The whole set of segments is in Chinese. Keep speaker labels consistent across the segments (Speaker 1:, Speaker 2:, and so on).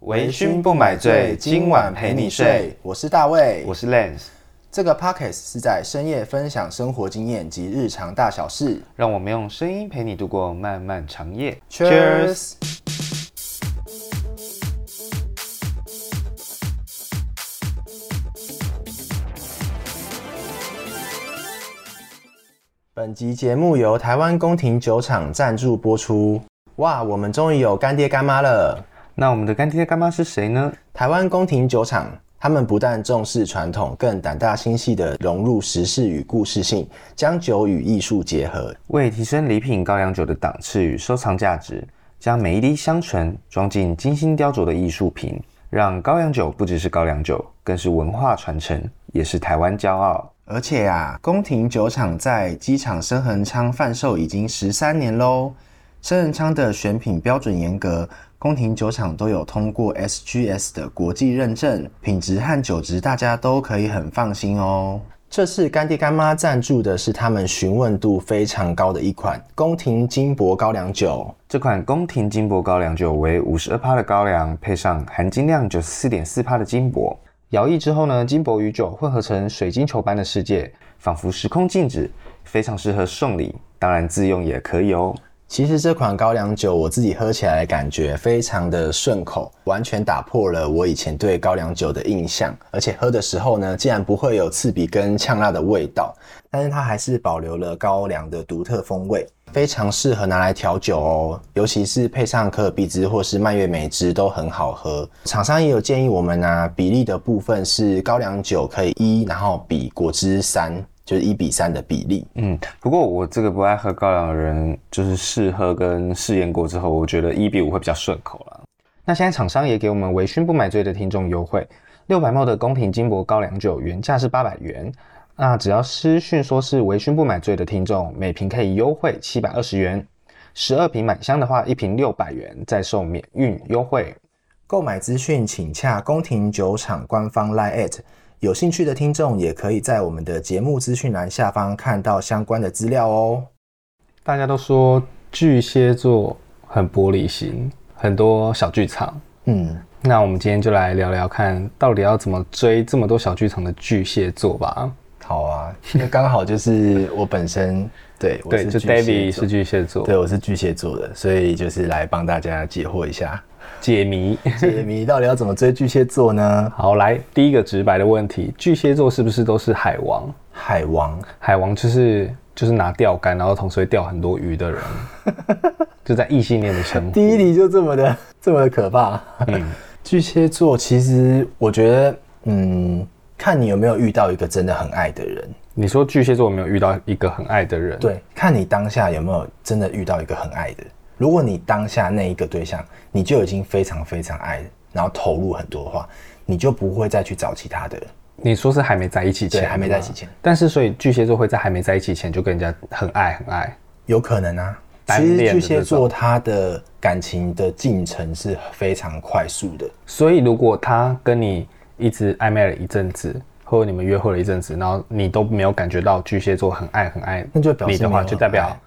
Speaker 1: 微醺不买醉，今晚陪你睡。。
Speaker 2: 我是大卫，
Speaker 1: 我是 Lance，
Speaker 2: 这个 podcast 是在深夜分享生活经验及日常大小事。
Speaker 1: 让我们用声音陪你度过漫漫长夜。
Speaker 2: Cheers！本集节目由台湾宫廷酒厂赞助播出。哇，我们终于有干爹干妈了！
Speaker 1: 那我们的干爹干妈是谁呢？
Speaker 2: 台湾宫廷酒厂，他们不但重视传统，更胆大心细地融入时事与故事性，将酒与艺术结合。
Speaker 1: 为提升礼品高粱酒的档次与收藏价值，将每一滴香醇装进精心雕琢的艺术品，让高粱酒不只是高粱酒，更是文化传承，也是台湾骄傲。
Speaker 2: 而且啊，宫廷酒厂在机场深恒昌贩售已经十三年喽。深恒昌的选品标准严格，宫廷酒厂都有通过 SGS 的国际认证，品质和酒质大家都可以很放心哦。这次干爹干妈赞助的是他们询问度非常高的一款宫廷金箔高粱酒。
Speaker 1: 这款宫廷金箔高粱酒为五十二趴的高粱，配上含金量九十四点四趴的金箔，摇曳之后呢，金箔与酒混合成水晶球般的世界，仿佛时空静止，非常适合送礼，当然自用也可以哦。
Speaker 2: 其实这款高粱酒我自己喝起来的感觉非常的顺口，完全打破了我以前对高粱酒的印象。而且喝的时候呢，竟然不会有刺鼻跟呛辣的味道，但是它还是保留了高粱的独特风味，非常适合拿来调酒哦。尤其是配上可尔必滋或是蔓越莓汁都很好喝。厂商也有建议我们啊，比例的部分是高粱酒可以一，然后比果汁三，就是一比三的比例。
Speaker 1: 嗯，不过我这个不爱喝高粱的人，就是试喝跟试验过之后，我觉得一比五会比较顺口啦。那现在厂商也给我们微醺不买醉的听众优惠，六百 ml 的宫廷金箔高粱酒原价是八百元，那只要私讯说是微醺不买醉的听众，每瓶可以优惠七百二十元，十二瓶满箱的话，一瓶六百元，再送免运优惠。
Speaker 2: 购买资讯请洽宫廷酒厂官方 Line at。有兴趣的听众也可以在我们的节目资讯栏下方看到相关的资料哦。
Speaker 1: 大家都说巨蟹座很玻璃心，很多小剧场。
Speaker 2: 嗯，
Speaker 1: 那我们今天就来聊聊看，到底要怎么追这么多小剧场的巨蟹座吧？
Speaker 2: 好啊，因为刚好就是我本身 对，我
Speaker 1: 对，
Speaker 2: 是
Speaker 1: 就
Speaker 2: 巨蟹
Speaker 1: David
Speaker 2: 座
Speaker 1: 是巨蟹座，
Speaker 2: 对，我是巨蟹座的，所以就是来帮大家解惑一下，
Speaker 1: 解谜。
Speaker 2: 解谜到底要怎么追巨蟹座呢？
Speaker 1: 好，来第一个直白的问题，巨蟹座是不是都是海王？
Speaker 2: 海王，
Speaker 1: 海王就是就是拿钓竿，然后同时会钓很多鱼的人， 就在异性恋的称呼。
Speaker 2: 第一题就这么的 这么的可怕。
Speaker 1: 嗯
Speaker 2: 巨蟹座其实我觉得，嗯，看你有没有遇到一个真的很爱的人。
Speaker 1: 你说巨蟹座有没有遇到一个很爱的人？，
Speaker 2: 对，看你当下有没有真的遇到一个很爱的。如果你当下那一个对象，你就已经非常非常爱，然后投入很多的话，你就不会再去找其他的人。
Speaker 1: 你说是还没在一起前，
Speaker 2: 对还没在一起前，
Speaker 1: 但是所以巨蟹座会在还没在一起前就跟人家很爱很爱。
Speaker 2: 有可能啊。
Speaker 1: 单
Speaker 2: 其实
Speaker 1: 恋
Speaker 2: 巨
Speaker 1: 的
Speaker 2: 蟹
Speaker 1: 这
Speaker 2: 座他的感情的进程是非常快速的，
Speaker 1: 所以，如果他跟你一直暧昧了 E 一阵子，或者你们约会了一阵子，然后你都没有感觉到巨蟹座很爱很爱，
Speaker 2: 那就表示
Speaker 1: 你的
Speaker 2: 没有
Speaker 1: 话，
Speaker 2: 很
Speaker 1: 就代表
Speaker 2: 爱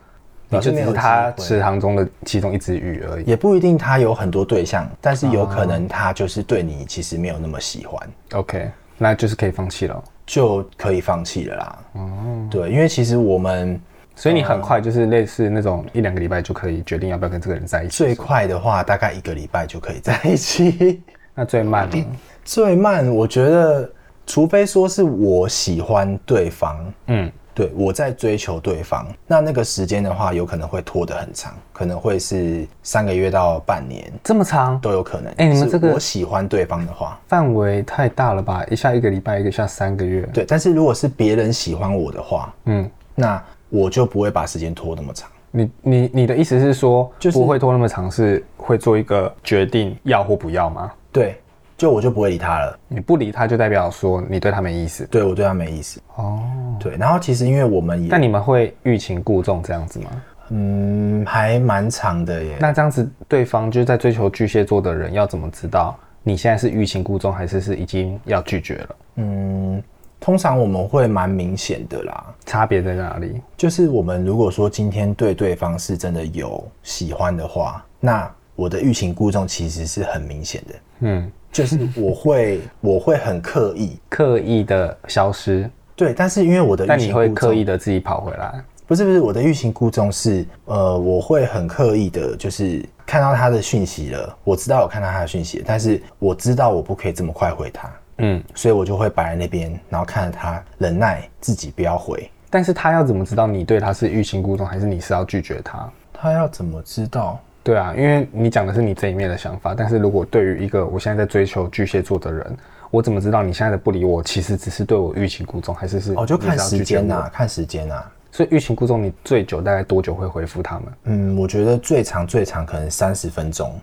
Speaker 1: 你就
Speaker 2: 表示没
Speaker 1: 只
Speaker 2: 有
Speaker 1: 是他
Speaker 2: 机会
Speaker 1: 池塘中的其中一只鱼而已。
Speaker 2: 也不一定他有很多对象，但是有可能他就是对你其实没有那么喜欢。
Speaker 1: OK，那就是可以放弃了。
Speaker 2: 就可以放弃了啦。哦，对，因为其实我们
Speaker 1: 所以你很快就是类似那种一两个礼拜就可以决定要不要跟这个人在一起。
Speaker 2: 最快的话，大概一个礼拜就可以在一起。
Speaker 1: 那最慢
Speaker 2: 嗯
Speaker 1: 呢？
Speaker 2: 最慢，我觉得，除非说是我喜欢对方，
Speaker 1: 嗯，
Speaker 2: 对我在追求对方，那那个时间的话，有可能会拖得很长，可能会是三个月到半年
Speaker 1: 这么长
Speaker 2: 都有可能。
Speaker 1: 哎你们
Speaker 2: 是
Speaker 1: 这个
Speaker 2: 我喜欢对方的话，
Speaker 1: 范围太大了吧？一下一个礼拜，一个下三个月。
Speaker 2: 对，但是如果是别人喜欢我的话，
Speaker 1: 嗯，
Speaker 2: 那我就不会把时间拖那么长。
Speaker 1: 你你你的意思是说，
Speaker 2: 就是
Speaker 1: 不会拖那么长，是会做一个决定要或不要吗？
Speaker 2: 对，就我就不会理他了，
Speaker 1: 你不理他，就代表说你对他没意思
Speaker 2: 对我对他没意思。
Speaker 1: 哦。
Speaker 2: 对，然后其实因为我们也
Speaker 1: 但你们会欲擒故纵这样子吗？
Speaker 2: 嗯还蛮长的耶，
Speaker 1: 那这样子，对方就是在追求巨蟹座的人，要怎么知道你现在是欲擒故纵，还是是已经要拒绝了？
Speaker 2: 嗯，通常我们会蛮明显的啦，
Speaker 1: 差别在哪里？
Speaker 2: 就是我们如果说今天对对方是真的有喜欢的话，那我的欲擒故纵其实是很明显的，
Speaker 1: 嗯，
Speaker 2: 就是我会 我会很刻意，
Speaker 1: 刻意的消失，
Speaker 2: 对，但是因为我的
Speaker 1: 但
Speaker 2: 欲擒
Speaker 1: 你
Speaker 2: 故
Speaker 1: 会
Speaker 2: 纵，
Speaker 1: 刻意的自己跑回来。
Speaker 2: 不是不是，我的欲擒故纵是，呃，我会很刻意的，就是看到他的讯息了，我知道我看到他的讯息了，但是我知道我不可以这么快回他，
Speaker 1: 嗯，
Speaker 2: 所以我就会摆在那边，然后看着他，忍耐自己不要回。
Speaker 1: 但是他要怎么知道你对他是欲擒故纵，还是你是要拒绝他？
Speaker 2: 他要怎么知道？
Speaker 1: 对啊，因为你讲的是你这一面的想法，但是如果对于一个我现在在追求巨蟹座的人，我怎么知道你现在的不理我，其实只是对我欲擒故纵，还是是
Speaker 2: 哦，就
Speaker 1: 你是要
Speaker 2: 看时间
Speaker 1: 拒绝
Speaker 2: 呐、
Speaker 1: 我
Speaker 2: 啊，看时间呐、啊。
Speaker 1: 所以欲擒故纵，你最久大概多久会回复他们？
Speaker 2: 嗯，我觉得最长最长可能三十分钟。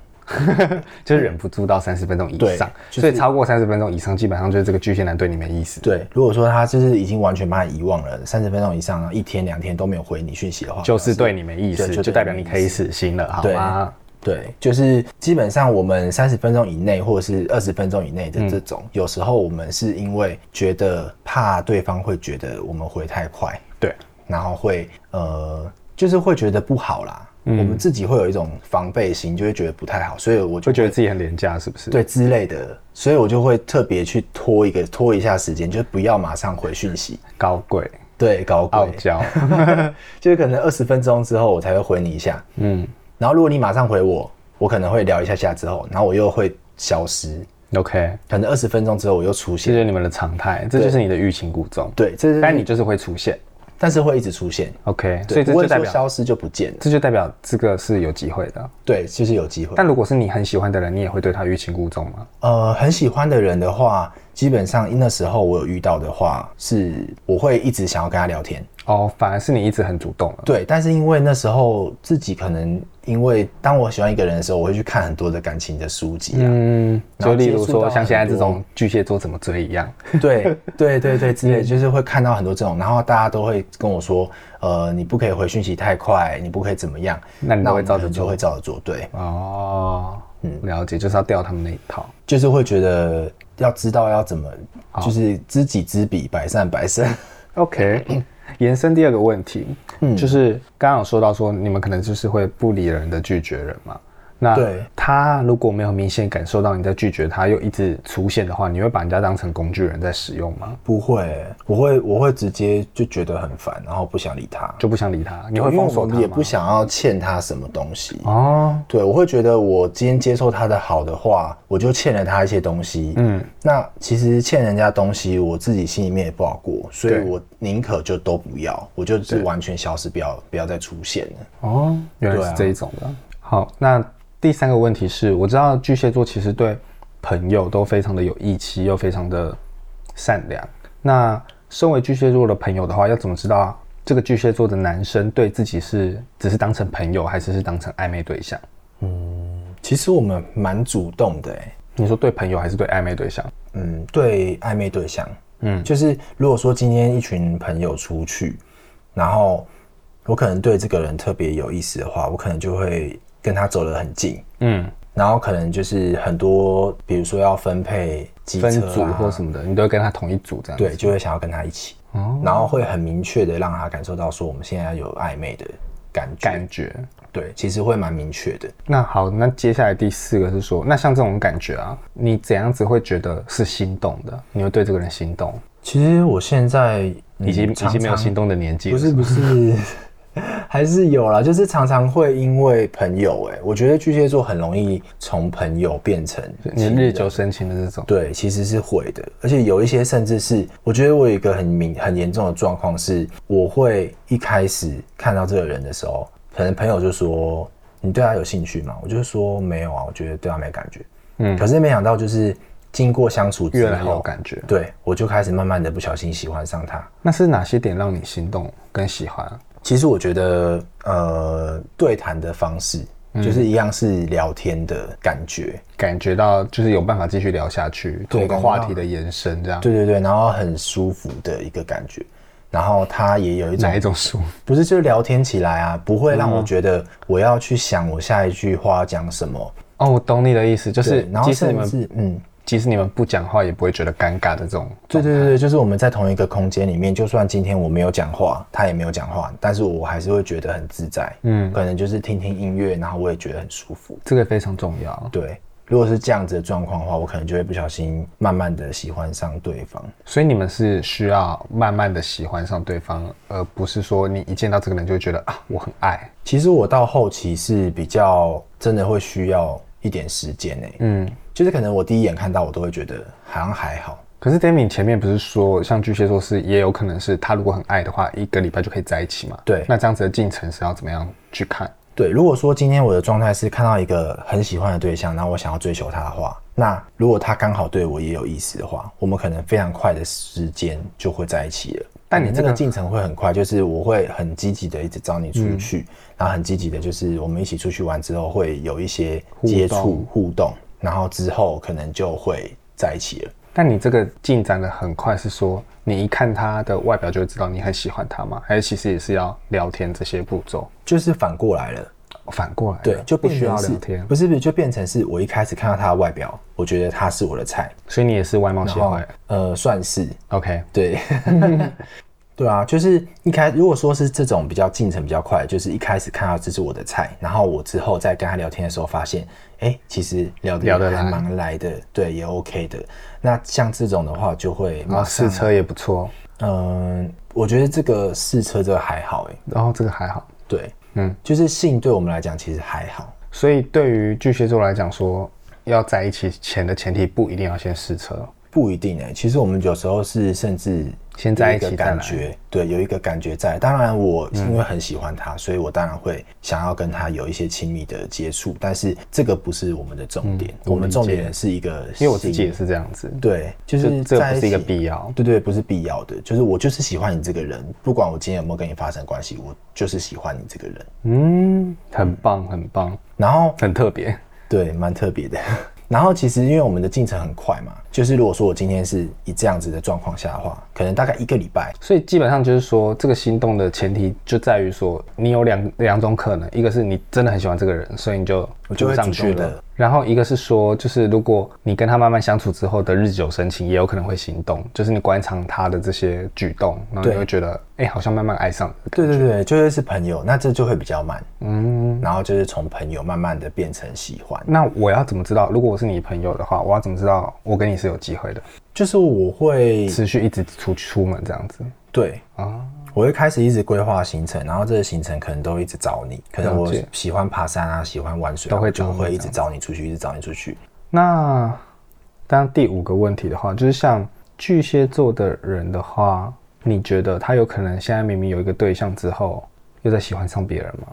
Speaker 1: 就是忍不住到三十分钟以上，
Speaker 2: 对就是
Speaker 1: 所以超过三十分钟以上，基本上就是这个巨蟹男对你没意思，
Speaker 2: 对，如果说他就是已经完全把你遗忘了，三十分钟以上，然后一天两天都没有回你讯息的话，
Speaker 1: 就是对你没意
Speaker 2: 啊对
Speaker 1: 思，
Speaker 2: 就
Speaker 1: 就
Speaker 2: 对
Speaker 1: 代表
Speaker 2: 你
Speaker 1: 你
Speaker 2: 没
Speaker 1: 可
Speaker 2: 意
Speaker 1: 以
Speaker 2: 思
Speaker 1: 死心了，好
Speaker 2: 对
Speaker 1: 吗？
Speaker 2: 对，就是基本上我们三十分钟以内，或者是二十分钟以内
Speaker 1: 嗯
Speaker 2: 的这种，有时候我们是因为觉得怕对方会觉得我们回太快，
Speaker 1: 对，
Speaker 2: 然后会呃，就是会觉得不好啦。
Speaker 1: 嗯
Speaker 2: 我们自己会有一种防备心，就会觉得不太好，所以我就
Speaker 1: 会觉得自己很廉价，是不是？，
Speaker 2: 对之类的，所以我就会特别去拖一个拖一下时间，就不要马上回讯息，
Speaker 1: 高贵、
Speaker 2: 对，搞
Speaker 1: 傲
Speaker 2: 鬼，
Speaker 1: 娇，
Speaker 2: 就是可能二十分钟之后我才会回你一下，
Speaker 1: 嗯
Speaker 2: 然后如果你马上回我，我可能会聊一下下之后，然后我又会消失，
Speaker 1: ，OK，
Speaker 2: 可能二十分钟之后我又出
Speaker 1: 这
Speaker 2: 现，
Speaker 1: 就是你们的常态，这就是你的欲擒故纵，
Speaker 2: 对，这是
Speaker 1: 但你就是会出现
Speaker 2: 但是会一直出现，
Speaker 1: ，OK，所
Speaker 2: 对，
Speaker 1: 以这
Speaker 2: 不
Speaker 1: 就
Speaker 2: 会
Speaker 1: 代
Speaker 2: 说
Speaker 1: 表，
Speaker 2: 消失就不见了，
Speaker 1: 这就代表这个是有机会的。
Speaker 2: 对，就是有机会。
Speaker 1: 但如果是你很喜欢的人，你也会对他欲擒故纵吗？
Speaker 2: 呃，很喜欢的人的话，基本上那时候我有遇到的话，是我会一直想要跟他聊天，
Speaker 1: 哦，反而是你一直很主动了，
Speaker 2: 对，但是因为那时候自己可能因为当我喜欢一个人的时候，我会去看很多的感情的书籍啊，
Speaker 1: 嗯，就
Speaker 2: 然后
Speaker 1: 例
Speaker 2: 接
Speaker 1: 如
Speaker 2: 触到
Speaker 1: 说像现在这
Speaker 2: 很多
Speaker 1: 种巨蟹座怎么追一样，
Speaker 2: 对对对对，之
Speaker 1: 嗯
Speaker 2: 类的就是会看到很多这种，然后大家都会跟我说，呃，你不可以回讯息太快，你不可以怎么样，
Speaker 1: 那你都
Speaker 2: 我
Speaker 1: 会照
Speaker 2: 可
Speaker 1: 着
Speaker 2: 能就
Speaker 1: 做
Speaker 2: 会。照着做，对，
Speaker 1: 哦，了解，就是要掉他们那一套。
Speaker 2: 就是会觉得要知道要怎么，就是知己知彼，百战百胜，
Speaker 1: OK，延 嗯伸第二个问题，就是刚刚有说到说你们可能就是会不理人的拒绝人嘛。那
Speaker 2: 对
Speaker 1: 他如果没有明显感受到你在拒绝他，又一直出现的话，你会把人家当成工具人在使用吗？
Speaker 2: 不会，我会我会直接就觉得很烦，然后不想理他，
Speaker 1: 就不想理他，你会封锁
Speaker 2: 因为
Speaker 1: 他
Speaker 2: 我
Speaker 1: 吗？
Speaker 2: 也不想要欠他什么东西，
Speaker 1: 哦，
Speaker 2: 对，我会觉得我今天接受他的好的话，我就欠了他一些东西。嗯，那其实欠人家东西，我自己心里面也不好过，所以
Speaker 1: 对
Speaker 2: 我宁可就都不要，我就是完全消失，不要不要再出现了。
Speaker 1: 哦，原来
Speaker 2: 对啊
Speaker 1: 是这一种的。好，那第三个问题是，我知道巨蟹座其实对朋友都非常的有义气，又非常的善良。那身为巨蟹座的朋友的话，要怎么知道这个巨蟹座的男生对自己是只是当成朋友，还是是当成暧昧对象？
Speaker 2: 其实我们蛮主动的、欸，
Speaker 1: 你说对朋友还是对暧昧对象？
Speaker 2: 嗯，对暧昧对象，嗯，就是如果说今天一群朋友出去，然后我可能对这个人特别有意思的话，我可能就会跟他走得很近，
Speaker 1: 嗯，
Speaker 2: 然后可能就是很多，比如说要分配机车、啊、
Speaker 1: 分组或什么的，你都会跟他同一组这样子。
Speaker 2: 对，就会想要跟他一起，
Speaker 1: 哦
Speaker 2: 然后会很明确的让他感受到说我们现在有暧昧的感觉，
Speaker 1: 感觉。
Speaker 2: 对，其实会蛮明确的。
Speaker 1: 那好，那接下来第四个是说，那像这种感觉啊，你怎样子会觉得是心动的？你会对这个人心动？
Speaker 2: 其实我现在、嗯
Speaker 1: 已经已
Speaker 2: 常
Speaker 1: 经没有
Speaker 2: 常
Speaker 1: 心动的年纪了，
Speaker 2: 不是不是， 还是有啦，就是常常会因为朋友、欸，我觉得巨蟹座很容易从朋友变成
Speaker 1: 你
Speaker 2: 情
Speaker 1: 日
Speaker 2: 人
Speaker 1: 久生情的这种。
Speaker 2: 对，其实是会的，而且有一些甚至是，我觉得我有一个很明很严重的状况是，我会一开始看到这个人的时候，可能朋友就说你对他有兴趣吗？我就说没有啊，我觉得对他没感觉。嗯，可是没想到就是经过相处之
Speaker 1: 越来越有
Speaker 2: 后，
Speaker 1: 感觉，
Speaker 2: 对我就开始慢慢的不小心喜欢上他。
Speaker 1: 那是哪些点让你心动跟喜欢啊？
Speaker 2: 其实我觉得，呃，对谈的方式
Speaker 1: 嗯
Speaker 2: 就是一样是聊天的感觉，
Speaker 1: 感觉到就是有办法继续聊下去，做
Speaker 2: 对
Speaker 1: 个
Speaker 2: 感觉
Speaker 1: 话
Speaker 2: 到
Speaker 1: 题的延伸，这样。
Speaker 2: 对对对，然后很舒服的一个感觉。然后他也有一种
Speaker 1: 哪一种书？
Speaker 2: 不是，就是聊天起来啊，不会让
Speaker 1: 嗯
Speaker 2: 我觉得我要去想我下一句话要讲什么。
Speaker 1: 哦，我懂你的意思，就是
Speaker 2: 对，然后
Speaker 1: 即使你
Speaker 2: 甚
Speaker 1: 们
Speaker 2: 至嗯，
Speaker 1: 即使你们不讲话也不会觉得尴尬的这种。
Speaker 2: 对对对对，就是我们在同一个空间里面，就算今天我没有讲话，他也没有讲话，但是我还是会觉得很自在。
Speaker 1: 嗯，
Speaker 2: 可能就是听听音乐，然后我也觉得很舒服。
Speaker 1: 这个非常重要。
Speaker 2: 对，如果是这样子的状况的话，我可能就会不小心慢慢的喜欢上对方。
Speaker 1: 所以你们是需要慢慢的喜欢上对方，而不是说你一见到这个人就会觉得啊我很爱。
Speaker 2: 其实我到后期是比较真的会需要一点时间诶、
Speaker 1: 嗯，
Speaker 2: 就是可能我第一眼看到我都会觉得好像还好，
Speaker 1: 可是 d a m i 前面不是说像巨蟹座是也有可能是他如果很爱的话，一个礼拜就可以在一起嘛？
Speaker 2: 对
Speaker 1: 那这样子的进程是要怎么样去看？
Speaker 2: 对，如果说今天我的状态是看到一个很喜欢的对象，然后我想要追求他的话，那如果他刚好对我也有意思的话，我们可能非常快的时间就会在一起了。
Speaker 1: 但你
Speaker 2: 那
Speaker 1: 嗯这个
Speaker 2: 个进程会很快，就是我会很积极的一直找你
Speaker 1: 嗯
Speaker 2: 出去，然后很积极的，就是我们一起出去玩之后会有一些接触互动，然后之后可能就会在一起了。
Speaker 1: 但你这个进展的很快，是说你一看他的外表就会知道你很喜欢他吗？还是其实也是要聊天这些步骤？
Speaker 2: 就是反过来了，
Speaker 1: 反过来了，
Speaker 2: 对，就
Speaker 1: 哎不
Speaker 2: 变
Speaker 1: 需要
Speaker 2: 成
Speaker 1: 聊
Speaker 2: 是
Speaker 1: 天，
Speaker 2: 不是不是，就变成是我一开始看到他的外表，我觉得他是我的菜，
Speaker 1: 所以你也是外貌协
Speaker 2: 然后
Speaker 1: 会。
Speaker 2: 呃，算是
Speaker 1: OK，
Speaker 2: 对， 对啊，就是一开，如果说是这种比较进程比较快，就是一开始看到这是我的菜，然后我之后在跟他聊天的时候发现，哎、其实聊得
Speaker 1: 聊得
Speaker 2: 还
Speaker 1: 来
Speaker 2: 蛮来的，对，也 OK 的。那像这种的话，就会
Speaker 1: 然
Speaker 2: 马
Speaker 1: 后试
Speaker 2: 上，
Speaker 1: 车也不错，
Speaker 2: 嗯、我觉得这个试车这个还好、哎，
Speaker 1: 然哦后这个还好。
Speaker 2: 对，
Speaker 1: 嗯，
Speaker 2: 就是性对我们来讲其实还好，
Speaker 1: 所以对于巨蟹座来讲说，要在一起前的前提不一定要先试车，
Speaker 2: 不一定哎、其实我们有时候是甚至
Speaker 1: 先在一起
Speaker 2: 有个
Speaker 1: 再来
Speaker 2: 感觉，对，有一个感觉在。当然，我因为很喜欢他，所以我当然会想要跟他有一些亲密的接触，但是这个不是我们的重
Speaker 1: 嗯
Speaker 2: 点，我们重点是一个心，
Speaker 1: 因为我自己也是这样子，
Speaker 2: 对，就是
Speaker 1: 这这
Speaker 2: 在
Speaker 1: 不是一个
Speaker 2: 起
Speaker 1: 必要。
Speaker 2: 对对，不是必要的，就是我就是喜欢你这个人，不管我今天有没有跟你发生关系，我就是喜欢你这个人。
Speaker 1: 嗯，很棒，很棒，
Speaker 2: 然后
Speaker 1: 很特别。
Speaker 2: 对，蛮特别的。 然后其实因为我们的进程很快嘛，就是如果说我今天是以这样子的状况下的话，可能大概一个礼拜，
Speaker 1: 所以基本上就是说，这个心动的前提就在于说，你有两两种可能，一个是你真的很喜欢这个人，所以你就
Speaker 2: 我就会
Speaker 1: 扑上去
Speaker 2: 主动
Speaker 1: 了
Speaker 2: 的；
Speaker 1: 然后一个是说，就是如果你跟他慢慢相处之后的日久生情，也有可能会心动，就是你观察他的这些举动，然后
Speaker 2: 对
Speaker 1: 你会觉得，哎、好像慢慢爱上了。
Speaker 2: 对对对，就会是朋友，那这就会比较慢，
Speaker 1: 嗯，
Speaker 2: 然后就是从朋友慢慢的变成喜欢，
Speaker 1: 那我要怎么知道？如果我是你朋友的话，我要怎么知道我跟你是有机会的？
Speaker 2: 就是我会
Speaker 1: 持续一直出出门这样子
Speaker 2: 对，
Speaker 1: 啊？
Speaker 2: 我会开始一直规划行程，然后这个行程可能都一直找你，可能
Speaker 1: 了
Speaker 2: 我
Speaker 1: 解
Speaker 2: 喜欢爬山啊，喜欢玩水啊、
Speaker 1: 都会
Speaker 2: 我就
Speaker 1: 找你
Speaker 2: 会一直
Speaker 1: 这样
Speaker 2: 找你出去，一直找你出去。
Speaker 1: 那当然，第五个问题的话，就是像巨蟹座的人的话，你觉得他有可能现在明明有一个对象之后，又在喜欢上别人吗？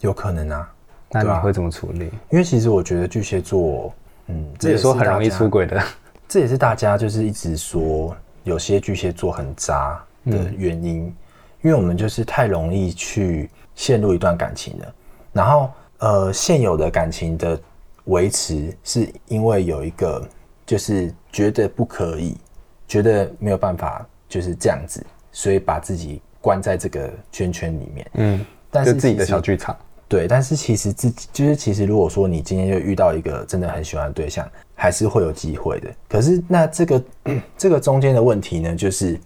Speaker 2: 有可能啊，
Speaker 1: 那你
Speaker 2: 对啊
Speaker 1: 会怎么处理？
Speaker 2: 因为其实我觉得巨蟹座，嗯，
Speaker 1: 只
Speaker 2: 这也
Speaker 1: 是
Speaker 2: 是
Speaker 1: 说很容易
Speaker 2: 大家
Speaker 1: 出轨的，
Speaker 2: 这也是大家就是一直说有些巨蟹座很渣
Speaker 1: 嗯
Speaker 2: 的原因，因为我们就是太容易去陷入一段感情了，然后呃现有的感情的维持是因为有一个就是觉得不可以，觉得没有办法就是这样子，所以把自己关在这个圈圈里面，
Speaker 1: 嗯，
Speaker 2: 但
Speaker 1: 就是自己的
Speaker 2: 其实
Speaker 1: 小剧场。
Speaker 2: 对，但是其实自己就是，其实如果说你今天就遇到一个真的很喜欢的对象，还是会有机会的。可是那这个 这个中间的问题呢，就是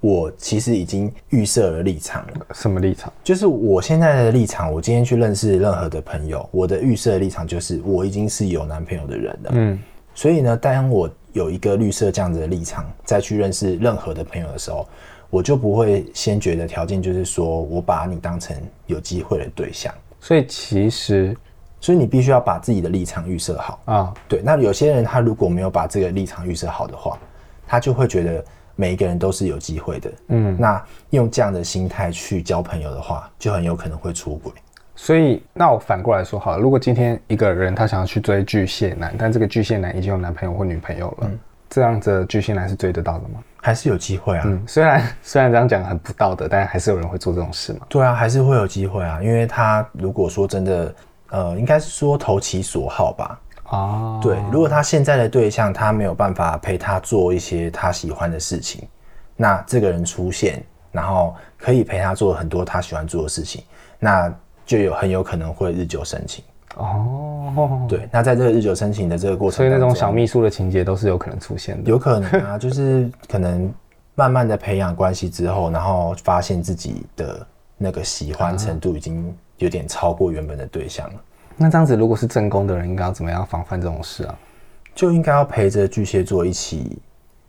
Speaker 2: 我其实已经预设了立场了，
Speaker 1: 什么立场？
Speaker 2: 就是我现在的立场，我今天去认识任何的朋友，我的预设立场就是我已经是有男朋友的人了。
Speaker 1: 嗯，
Speaker 2: 所以呢，当我有一个绿色这样子的立场，再去认识任何的朋友的时候，我就不会先决的条件就是说我把你当成有机会的对象。
Speaker 1: 所以其实
Speaker 2: 所以你必须要把自己的立场预设好。
Speaker 1: 啊，
Speaker 2: 对，那有些人他如果没有把这个立场预设好的话，他就会觉得每一个人都是有机会的。
Speaker 1: 嗯，
Speaker 2: 那用这样的心态去交朋友的话，就很有可能会出轨。
Speaker 1: 所以那我反过来说好了，如果今天一个人他想要去追巨蟹男，但这个巨蟹男已经有男朋友或女朋友
Speaker 2: 嗯
Speaker 1: 了，这样子的巨蟹男是追得到的吗？
Speaker 2: 还是有机会啊，
Speaker 1: 嗯，虽然虽然这样讲很不道德，但还是有人会做这种事嘛。
Speaker 2: 对啊，还是会有机会啊，因为他如果说真的，呃，应该是说投其所好吧。
Speaker 1: 哦，
Speaker 2: 对，如果他现在的对象他没有办法陪他做一些他喜欢的事情，那这个人出现，然后可以陪他做很多他喜欢做的事情，那就有很有可能会日久生情。
Speaker 1: 哦，，
Speaker 2: 对，那在这个日久生情的这个过程
Speaker 1: 所以
Speaker 2: 当
Speaker 1: 那
Speaker 2: 中，
Speaker 1: 种小秘书的情节都是有可能出现的。
Speaker 2: 有可能啊， 就是可能慢慢的培养关系之后，然后发现自己的那个喜欢程度已经有点超过原本的对象了，
Speaker 1: 那这样子，如果是正宫的人，应该要怎么样防范这种事啊？
Speaker 2: 就应该要陪着巨蟹座一起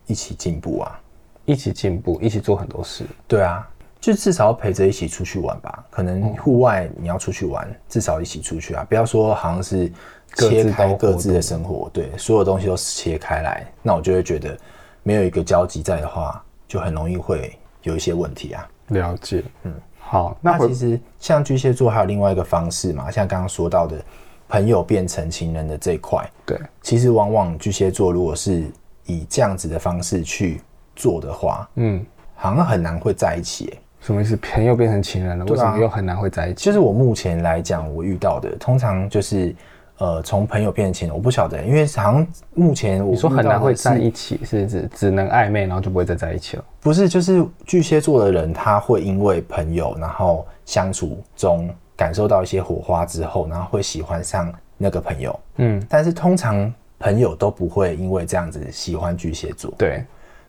Speaker 2: 一起进步啊。
Speaker 1: 一起进步，一起做很多事。
Speaker 2: 对啊，就至少陪着一起出去玩吧。可能
Speaker 1: 嗯
Speaker 2: 户外你要出去玩，至少一起出去啊，不要说好像是
Speaker 1: 各自
Speaker 2: 切开
Speaker 1: 都
Speaker 2: 各
Speaker 1: 活
Speaker 2: 自的生活，对，所有东西都是切开来，那我就会觉得没有一个交集在的话，就很容易会有一些问题啊。
Speaker 1: 了解，嗯，好，那
Speaker 2: 那
Speaker 1: 回
Speaker 2: 其实像巨蟹座还有另外一个方式嘛，像刚刚说到的朋友变成情人的这一块，
Speaker 1: 对，
Speaker 2: 其实往往巨蟹座如果是以这样子的方式去做的话，
Speaker 1: 嗯，
Speaker 2: 好像很难会在一起耶、
Speaker 1: 什么意思？朋友变成情人了，为
Speaker 2: 啊
Speaker 1: 什么又很难会在一起？
Speaker 2: 就是我目前来讲，我遇到的通常就是，呃，从朋友变成情人，我不晓得，因为好像目前我
Speaker 1: 你说
Speaker 2: 遇
Speaker 1: 很
Speaker 2: 到
Speaker 1: 难
Speaker 2: 的
Speaker 1: 会在
Speaker 2: 是，
Speaker 1: 一起，是指只能暧昧，然后就不会再在一起了？
Speaker 2: 不是就是巨蟹座的人，他会因为朋友，然后相处中感受到一些火花之后，然后会喜欢上那个朋友，
Speaker 1: 嗯，
Speaker 2: 但是通常朋友都不会因为这样子喜欢巨蟹座，
Speaker 1: 对，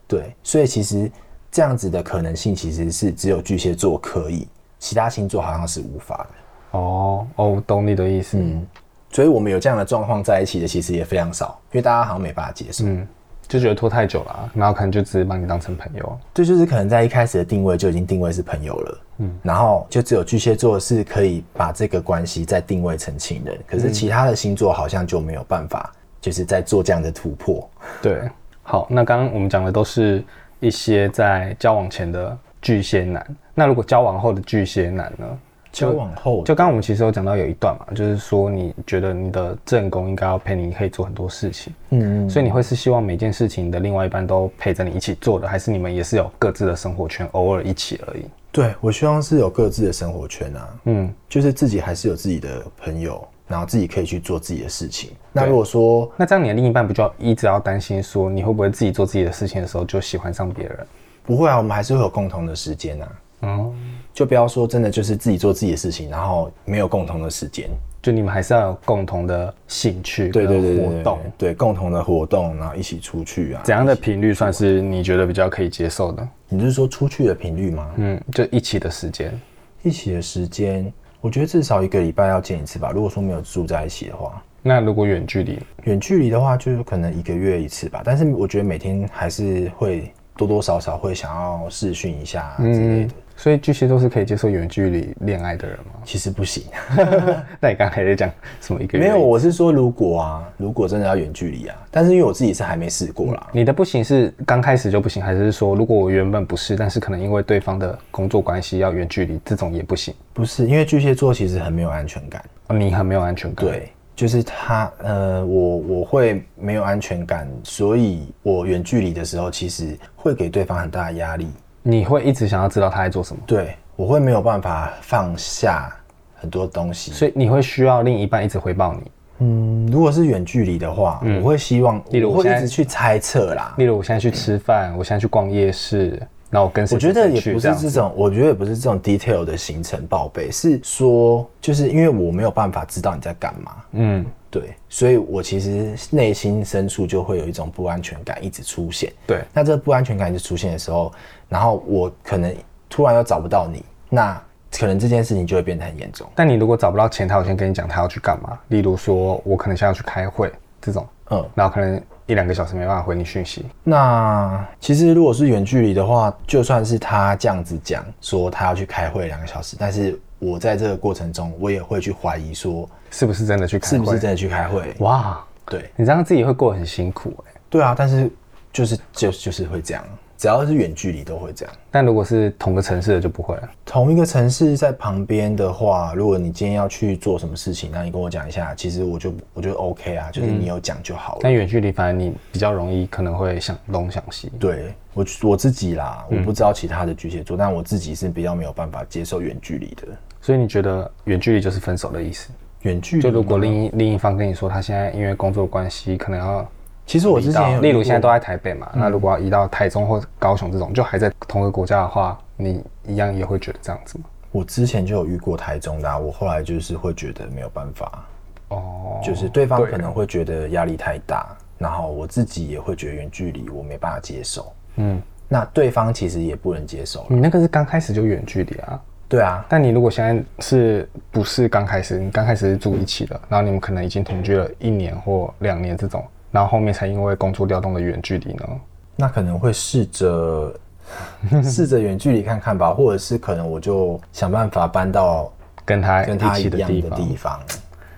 Speaker 2: 对，所以其实这样子的可能性其实是只有巨蟹座可以，其他星座好像是无法的。
Speaker 1: 哦哦，我懂你的意思，嗯，
Speaker 2: 所以我们有这样的状况在一起的，其实也非常少，因为大家好像没办法接受。
Speaker 1: 嗯就觉得拖太久了啊，然后可能就只是把你当成朋友。
Speaker 2: 这就是可能在一开始的定位就已经定位是朋友了，嗯，然后就只有巨蟹座是可以把这个关系再定位成情
Speaker 1: 嗯
Speaker 2: 人，可是其他的星座好像就没有办法，就是在做这样的突破。
Speaker 1: 对，好，那刚刚我们讲的都是一些在交往前的巨蟹男，那如果交往后的巨蟹男呢？
Speaker 2: 交往后
Speaker 1: 就刚刚我们其实有讲到有一段嘛，就是说你觉得你的正宫应该要陪你，可以做很多事情，
Speaker 2: 嗯，
Speaker 1: 所以你会是希望每件事情的另外一半都陪着你一起做的，还是你们也是有各自的生活圈，偶尔一起而已？
Speaker 2: 对我希望是有各自的生活圈啊，
Speaker 1: 嗯，
Speaker 2: 就是自己还是有自己的朋友，然后自己可以去做自己的事情。那
Speaker 1: 对
Speaker 2: 如果说
Speaker 1: 那这样你的另一半不就要一直要担心说你会不会自己做自己的事情的时候就喜欢上别人？
Speaker 2: 不会啊，我们还是会有共同的时间啊，
Speaker 1: 哦、
Speaker 2: 就不要说真的就是自己做自己的事情，然后没有共同的时间。
Speaker 1: 就你们还是要有共同的兴趣跟
Speaker 2: 对对对对
Speaker 1: 活动，，
Speaker 2: 对共同的活动，然后一起出去啊。
Speaker 1: 怎样的频率算是你觉得比较可以接受的？
Speaker 2: 你是说出去的频率吗？
Speaker 1: 嗯，就一起的时间。
Speaker 2: 一起的时间，我觉得至少一个礼拜要见一次吧。如果说没有住在一起的话，
Speaker 1: 那如果远距离，
Speaker 2: 远距离的话，就是可能一个月一次吧。但是我觉得每天还是会多多少少会想要视讯一下啊之类
Speaker 1: 嗯
Speaker 2: 的。，
Speaker 1: 所以巨蟹座是可以接受远距离恋爱的人吗？
Speaker 2: 其实不行，
Speaker 1: 那你刚才在讲什么一个月？
Speaker 2: 没有，，我是说如果啊，如果真的要远距离啊，但是因为我自己是还没试过啦，
Speaker 1: 你的不行是刚开始就不行，还是说如果我原本不是，但是可能因为对方的工作关系要远距离，这种也不行？哦
Speaker 2: 不是因为巨蟹座其实很没有安全感。
Speaker 1: 你很没有安全感。，
Speaker 2: 对，就是他，呃，我我会没有安全感，所以我远距离的时候，其实会给对方很大的压力。
Speaker 1: 你会一直想要知道他在做什么，
Speaker 2: 对我会没有办法放下很多东西。
Speaker 1: 所以你会需要另一半一直回报你。
Speaker 2: 嗯，如果是远距离的话，我会希望，
Speaker 1: 嗯例如
Speaker 2: 我
Speaker 1: 我
Speaker 2: 会
Speaker 1: 现
Speaker 2: 一
Speaker 1: 在
Speaker 2: 直去猜测啦。
Speaker 1: 例如我现在去吃饭，我现在去逛夜市，那我跟谁
Speaker 2: 我
Speaker 1: 谁
Speaker 2: 觉
Speaker 1: 谁去？
Speaker 2: 得也不是
Speaker 1: 样
Speaker 2: 这种，我觉得也不是这种 detail 的行程报备，是说，就是因为我没有办法知道你在干嘛，
Speaker 1: 嗯，
Speaker 2: 对，所以我其实内心深处就会有一种不安全感一直出现。
Speaker 1: 对，
Speaker 2: 那这不安全感就出现的时候，然后我可能突然又找不到你，那可能这件事情就会变得很严重。
Speaker 1: 但你如果找不到钱，他有先跟你讲他要去干嘛，例如说我可能现在要去开会这种，
Speaker 2: 嗯，
Speaker 1: 然后可能一两个小时没办法回你讯息，
Speaker 2: 那其实如果是远距离的话，就算是他这样子讲说他要去开会两个小时，但是我在这个过程中，我也会去怀疑说
Speaker 1: 是不是真的去开会？
Speaker 2: 是不是真的去开会？
Speaker 1: 哇，
Speaker 2: 对
Speaker 1: 你这样自己会过得很辛苦哎、
Speaker 2: 对啊，但是就是就就是会这样，只要是远距离都会这样。
Speaker 1: 但如果是同个城市的就不会了。
Speaker 2: 同一个城市在旁边的话，如果你今天要去做什么事情，那你跟我讲一下，其实我就我就 OK 啊，就是你有讲就好了。
Speaker 1: 但远距离反而你比较容易可能会想东想西。
Speaker 2: 对我我自己啦，我不知道其他的巨蟹座，但我自己是比较没有办法接受远距离的。
Speaker 1: 所以你觉得远距离就是分手的意思？
Speaker 2: 远距离
Speaker 1: 就如果另一另一方跟你说他现在因为工作关系可能要
Speaker 2: 其实我之
Speaker 1: 移
Speaker 2: 前
Speaker 1: 到，
Speaker 2: 有
Speaker 1: 例如
Speaker 2: 遇
Speaker 1: 现在都
Speaker 2: 过
Speaker 1: 在台北嘛，那如果要移到台中或高雄这种，就还在同个国家的话，你一样也会觉得这样子吗？
Speaker 2: 我之前就有遇过台中的、啊，我后来就是会觉得没有办法，
Speaker 1: 哦，
Speaker 2: 就是对方
Speaker 1: 对
Speaker 2: 可能会觉得压力太大，然后我自己也会觉得远距离我没办法接受，
Speaker 1: 嗯，
Speaker 2: 那对方其实也不能接受了。
Speaker 1: 你那个是刚开始就远距离啊，
Speaker 2: 对啊，
Speaker 1: 但你如果现在是不是刚开始，你刚开始是住一起的，然后你们可能已经同居了一年或两年这种，然后后面才因为工作调动的远距离呢？
Speaker 2: 那可能会试着 试着远距离看看吧，或者是可能我就想办法搬到
Speaker 1: 跟他
Speaker 2: 跟他
Speaker 1: 一
Speaker 2: 一
Speaker 1: 起的
Speaker 2: 样
Speaker 1: 地
Speaker 2: 的
Speaker 1: 方，
Speaker 2: 地方，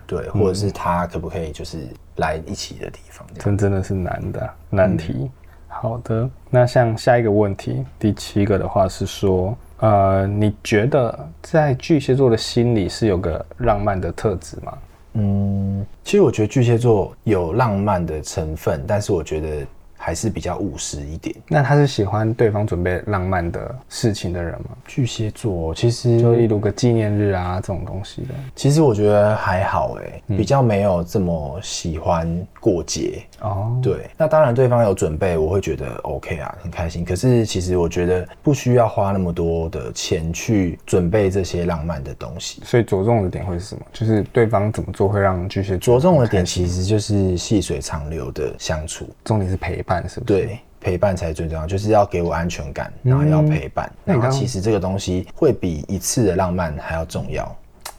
Speaker 2: 对，或者是他可不可以就是来一起的地方这样。
Speaker 1: 真真的是难的难题。好的，那像下一个问题，第七个的话是说，呃，你觉得在巨蟹座的心里是有个浪漫的特质吗？
Speaker 2: 嗯，其实我觉得巨蟹座有浪漫的成分，但是我觉得还是比较务实一点。
Speaker 1: 那他是喜欢对方准备浪漫的事情的人吗？
Speaker 2: 巨蟹座其
Speaker 1: 就例
Speaker 2: 实
Speaker 1: 如个纪念日啊这种东西的。
Speaker 2: 其实我觉得还好哎、
Speaker 1: 嗯
Speaker 2: 比较没有这么喜欢过节。
Speaker 1: 哦，
Speaker 2: 对，那当然对方有准备，我会觉得 OK 啊，很开心。可是其实我觉得不需要花那么多的钱去准备这些浪漫的东西。
Speaker 1: 所以着重的点会是什么？就是对方怎么做会让巨蟹座
Speaker 2: 着重的点其实就是细水长流的相处，
Speaker 1: 重点是陪伴，是不是？，
Speaker 2: 对，陪伴才是最重要，就是要给我安全感，然后要陪伴。
Speaker 1: 嗯那你
Speaker 2: 然后
Speaker 1: 刚
Speaker 2: 其实这个东西会比一次的浪漫还要重要。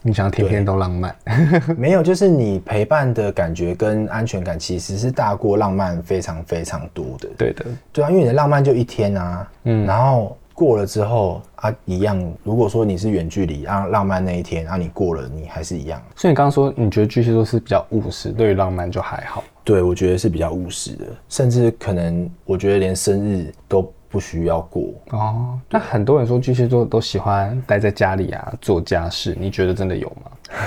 Speaker 1: 你想要天天都浪漫，
Speaker 2: 没有，就是你陪伴的感觉跟安全感其实是大过浪漫非常非常多的。
Speaker 1: 对的，
Speaker 2: 对啊，因为你的浪漫就一天啊，嗯，然后过了之后啊，一样。如果说你是远距离啊，浪漫那一天啊，你过了，你还是一样。
Speaker 1: 所以你刚刚说，你觉得巨蟹座是比较务实，对于浪漫就还好。
Speaker 2: 对，我觉得是比较务实的，甚至可能我觉得连生日都不需要过。
Speaker 1: 哦，那很多人说巨蟹座都喜欢待在家里啊，做家事，你觉得真的有吗？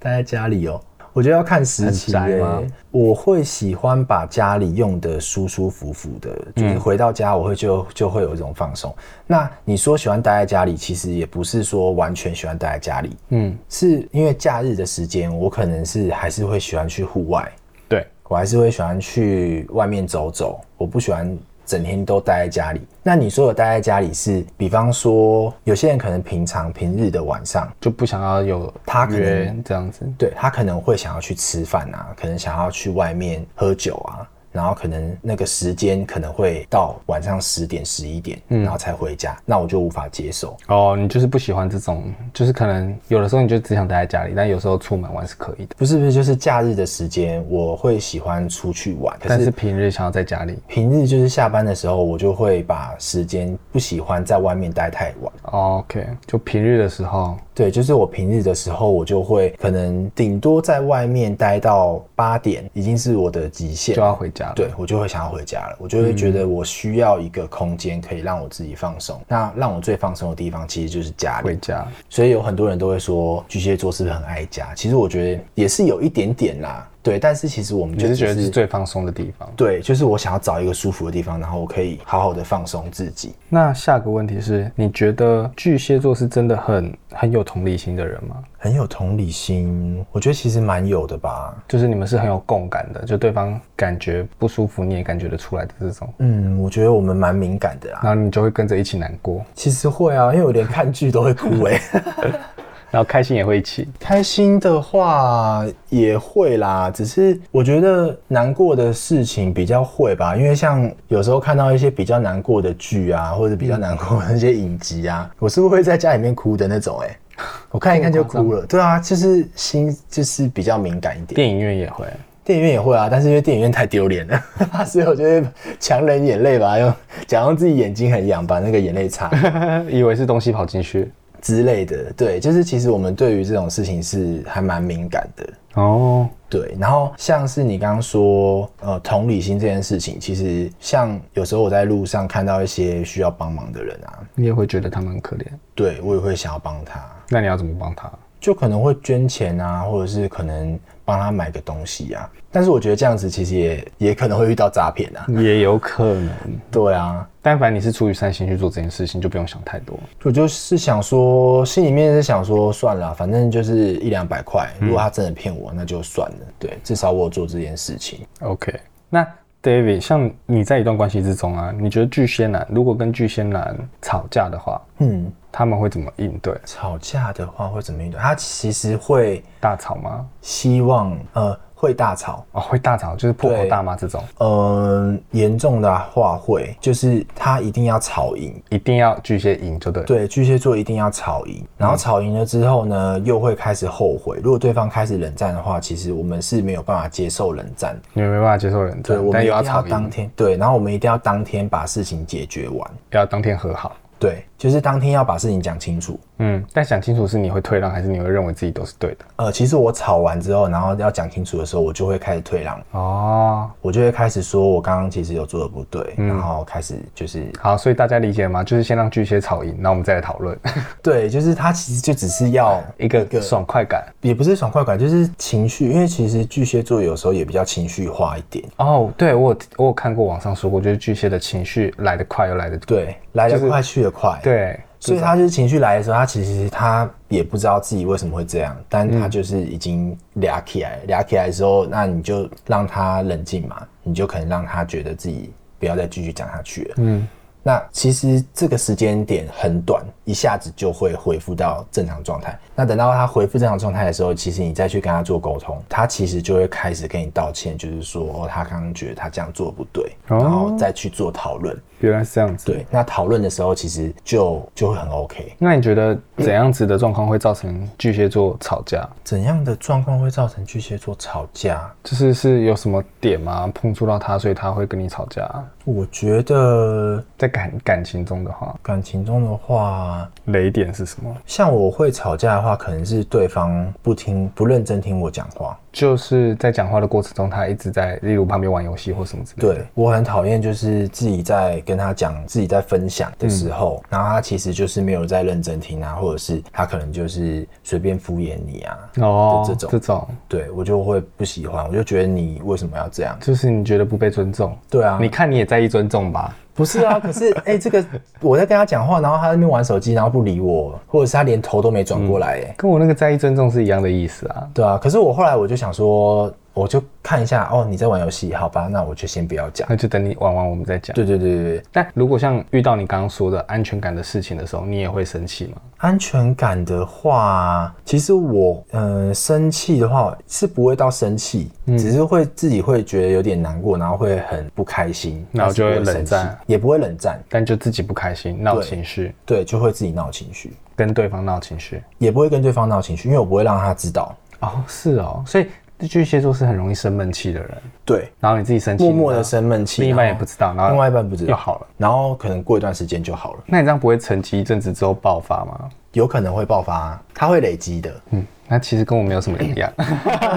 Speaker 2: 待在家里哦，我觉得要看时期
Speaker 1: 很宅
Speaker 2: 耶
Speaker 1: 吗
Speaker 2: 我会喜欢把家里用的舒舒服服的，就是
Speaker 1: 嗯
Speaker 2: 回到家我会就就会有一种放松。那你说喜欢待在家里，其实也不是说完全喜欢待在家里，
Speaker 1: 嗯，
Speaker 2: 是因为假日的时间，我可能是还是会喜欢去户外，
Speaker 1: 对，
Speaker 2: 我还是会喜欢去外面走走，我不喜欢整天都待在家里。那你说的待在家里是，比方说有些人可能平常平日的晚上，
Speaker 1: 就不想要有
Speaker 2: 他可能
Speaker 1: 约这样子。
Speaker 2: 对他可能会想要去吃饭啊，可能想要去外面喝酒啊，然后可能那个时间可能会到晚上十点十一点，
Speaker 1: 嗯
Speaker 2: 然后才回家，那我就无法接受。
Speaker 1: 哦，你就是不喜欢这种，就是可能有的时候你就只想待在家里，但有时候出门玩是可以的，
Speaker 2: 不是不是，就是假日的时间，我会喜欢出去玩，可
Speaker 1: 但是
Speaker 2: 是
Speaker 1: 平日想要在家里。
Speaker 2: 平日就是下班的时候，我就会把时间不喜欢在外面待太晚。
Speaker 1: 哦 OK，就平日的时候，
Speaker 2: 对，就是我平日的时候，我就会可能顶多在外面待到八点，已经是我的极限
Speaker 1: 就。要回家了。
Speaker 2: 对，我就会想要回家了，我就会觉得我需要一个空间可以让我自己放松。那让我最放松的地方其实就是家
Speaker 1: 回
Speaker 2: 里，
Speaker 1: 家。
Speaker 2: 所以有很多人都会说巨蟹座是不是很爱家？其实我觉得也是有一点点啦，对。但是其实我们
Speaker 1: 你
Speaker 2: 就是只
Speaker 1: 觉得是
Speaker 2: 是
Speaker 1: 最放松的地方。
Speaker 2: 对，就是我想要找一个舒服的地方，然后我可以好好的放松自己。
Speaker 1: 那下个问题是，你觉得巨蟹座是真的很很有同理心的人吗？
Speaker 2: 很有同理心，我觉得其实蛮有的吧。
Speaker 1: 就是你们是很有共感的，就对方感觉不舒服，你也感觉得出来的这种，
Speaker 2: 嗯，我觉得我们蛮敏感的啊。
Speaker 1: 然后你就会跟着一起难过，
Speaker 2: 其实会啊，因为我连看剧都会哭哎、
Speaker 1: 然后开心也会一起。
Speaker 2: 开心的话也会啦，只是我觉得难过的事情比较会吧，因为像有时候看到一些比较难过的剧啊，或者比较难过的那些影集啊，我是会在家里面哭的那种、欸。我看一看就哭了。对啊，就是心就是比较敏感一点。
Speaker 1: 电影院也会，
Speaker 2: 电影院也会啊，但是因为电影院太丢脸了， 所以我就会强忍眼泪吧，用假装自己眼睛很痒，把那个眼泪擦掉
Speaker 1: 以为是东西跑进去。
Speaker 2: 之类的。对，就是其实我们对于这种事情是还蛮敏感的。
Speaker 1: 哦，
Speaker 2: 对，然后像是你刚刚说，呃，同理心这件事情，其实像有时候我在路上看到一些需要帮忙的人啊，
Speaker 1: 你也会觉得他们很可怜，
Speaker 2: 对我也会想要帮他，
Speaker 1: 那你要怎么帮他？
Speaker 2: 就可能会捐钱啊，或者是可能帮他买个东西啊。但是我觉得这样子其实也也可能会遇到诈骗啊。
Speaker 1: 也有可能，
Speaker 2: 对啊，
Speaker 1: 但凡你是出于善心去做这件事情，就不用想太多。
Speaker 2: 我就是想说，心里面是想说，算了啊，反正就是一两百块，如果他真的骗我，那就算了。对，至少我有做这件事情。
Speaker 1: OK，那 David，像你在一段关系之中啊，你觉得巨蟹男如果跟巨蟹男吵架的话，
Speaker 2: 嗯，
Speaker 1: 他们会怎么应对？
Speaker 2: 吵架的话会怎么应对？他其实会
Speaker 1: 大吵吗？
Speaker 2: 希望呃会大吵，
Speaker 1: 哦，会大吵，就是破口
Speaker 2: 对
Speaker 1: 大骂这种，
Speaker 2: 呃严重的话会，就是他一定要吵赢。
Speaker 1: 一定要巨蟹赢就对。，
Speaker 2: 对，巨蟹座一定要吵赢，然后吵赢了之后呢，又会开始后悔。如果对方开始冷战的话，其实我们是没有办法接受冷战的。
Speaker 1: 你们没办法接受人
Speaker 2: 对，
Speaker 1: 战，
Speaker 2: 我们
Speaker 1: 但
Speaker 2: 一
Speaker 1: 又要
Speaker 2: 定要
Speaker 1: 吵
Speaker 2: 当
Speaker 1: 赢，
Speaker 2: 天对，然后我们一定要当天把事情解决完。
Speaker 1: 要当天和好。
Speaker 2: 对，就是当天要把事情讲清楚。
Speaker 1: 嗯，但想清楚是你会退让，还是你会认为自己都是对的？
Speaker 2: 呃，其实我吵完之后，然后要讲清楚的时候，我就会开始退让，
Speaker 1: 哦，
Speaker 2: 我就会开始说我刚刚其实有做的不对，
Speaker 1: 嗯
Speaker 2: 然后开始就是
Speaker 1: 好，所以大家理解了吗？就是先让巨蟹吵赢，然后我们再来讨 论
Speaker 2: 对，就是他其实就只是要
Speaker 1: 一个爽快感。
Speaker 2: 也不是爽快感，就是情绪，因为其实巨蟹座有时候也比较情绪化一点，
Speaker 1: 哦，对我有我有看过网上说过，就是巨蟹的情绪来得快又来得
Speaker 2: 对，来得快去得快，，
Speaker 1: 对，
Speaker 2: 所以他就是情绪来的时候，他其实他也不知道自己为什么会这样，但他就是已经俩起来，俩起来的时候，那你就让他冷静嘛，你就可能让他觉得自己不要再继续讲下去了。
Speaker 1: 嗯，
Speaker 2: 那其实这个时间点很短，一下子就会恢复到正常状态。那等到他恢复正常状态的时候，其实你再去跟他做沟通，他其实就会开始跟你道歉，就是说、哦、他刚刚觉得他这样做不对，
Speaker 1: 哦
Speaker 2: 然后再去做讨论。
Speaker 1: 原来是这样子。
Speaker 2: 对，那讨论的时候其实就就会很 OK。
Speaker 1: 那你觉得怎样子的状况会造成巨蟹座吵架？
Speaker 2: 怎样的状况会造成巨蟹座吵架？
Speaker 1: 就是是有什么点吗？碰触到他，所以他会跟你吵架？
Speaker 2: 我觉得
Speaker 1: 在感感情中的话，
Speaker 2: 感情中的话，
Speaker 1: 雷点是什么？
Speaker 2: 像我会吵架的话，可能是对方不听、不认真听我讲话。
Speaker 1: 就是在讲话的过程中，他一直在，例如旁边玩游戏或什么之类的。
Speaker 2: 对我很讨厌，就是自己在跟他讲、自己在分享的时候，然后他其实就是没有在认真听啊，或者是他可能就是随便敷衍你啊。
Speaker 1: 哦，
Speaker 2: 就这种
Speaker 1: 这种
Speaker 2: 对我就会不喜欢，我就觉得你为什么要这样？
Speaker 1: 就是你觉得不被尊重。
Speaker 2: 对啊，
Speaker 1: 你看你也在意尊重吧？
Speaker 2: 不是啊，可是哎、这个我在跟他讲话，然后他在那边玩手机，然后不理我，或者是他连头都没转过来、哎、
Speaker 1: 跟我那个在意尊重是一样的意思啊。
Speaker 2: 对啊。可是我后来我就想说，我就看一下，哦，你在玩游戏，好吧，那我就先不要讲。
Speaker 1: 那就等你玩完我们再讲。
Speaker 2: 对对对对对，
Speaker 1: 但如果像遇到你刚刚说的安全感的事情的时候，你也会生气吗？
Speaker 2: 安全感的话，其实我嗯、呃生气的话是不会到生气，
Speaker 1: 嗯
Speaker 2: 只是会自己会觉得有点难过，然后会很不开心，
Speaker 1: 然后就会
Speaker 2: 但是不
Speaker 1: 冷
Speaker 2: 生气
Speaker 1: 战，
Speaker 2: 也不会冷战，
Speaker 1: 但就自己不开心，闹
Speaker 2: 对
Speaker 1: 情绪，
Speaker 2: 对，就会自己闹情绪，
Speaker 1: 跟对方闹情绪。
Speaker 2: 也不会跟对方闹情绪，因为我不会让他知道。
Speaker 1: 哦，是哦，所以巨蟹座是很容易生闷气的人，
Speaker 2: 对，
Speaker 1: 然后你自己生气，
Speaker 2: 默默的
Speaker 1: 然后
Speaker 2: 生闷气，
Speaker 1: 另一半
Speaker 2: 然
Speaker 1: 也
Speaker 2: 后
Speaker 1: 不知道，然后
Speaker 2: 另外一半不知
Speaker 1: 又
Speaker 2: 道，
Speaker 1: 好了。
Speaker 2: 然后可能过一段时间就好了，
Speaker 1: 那你这样不会沉寂一阵子之后爆发吗？
Speaker 2: 有可能会爆发、它会累积的。
Speaker 1: 嗯，那其实跟我没有什么两样，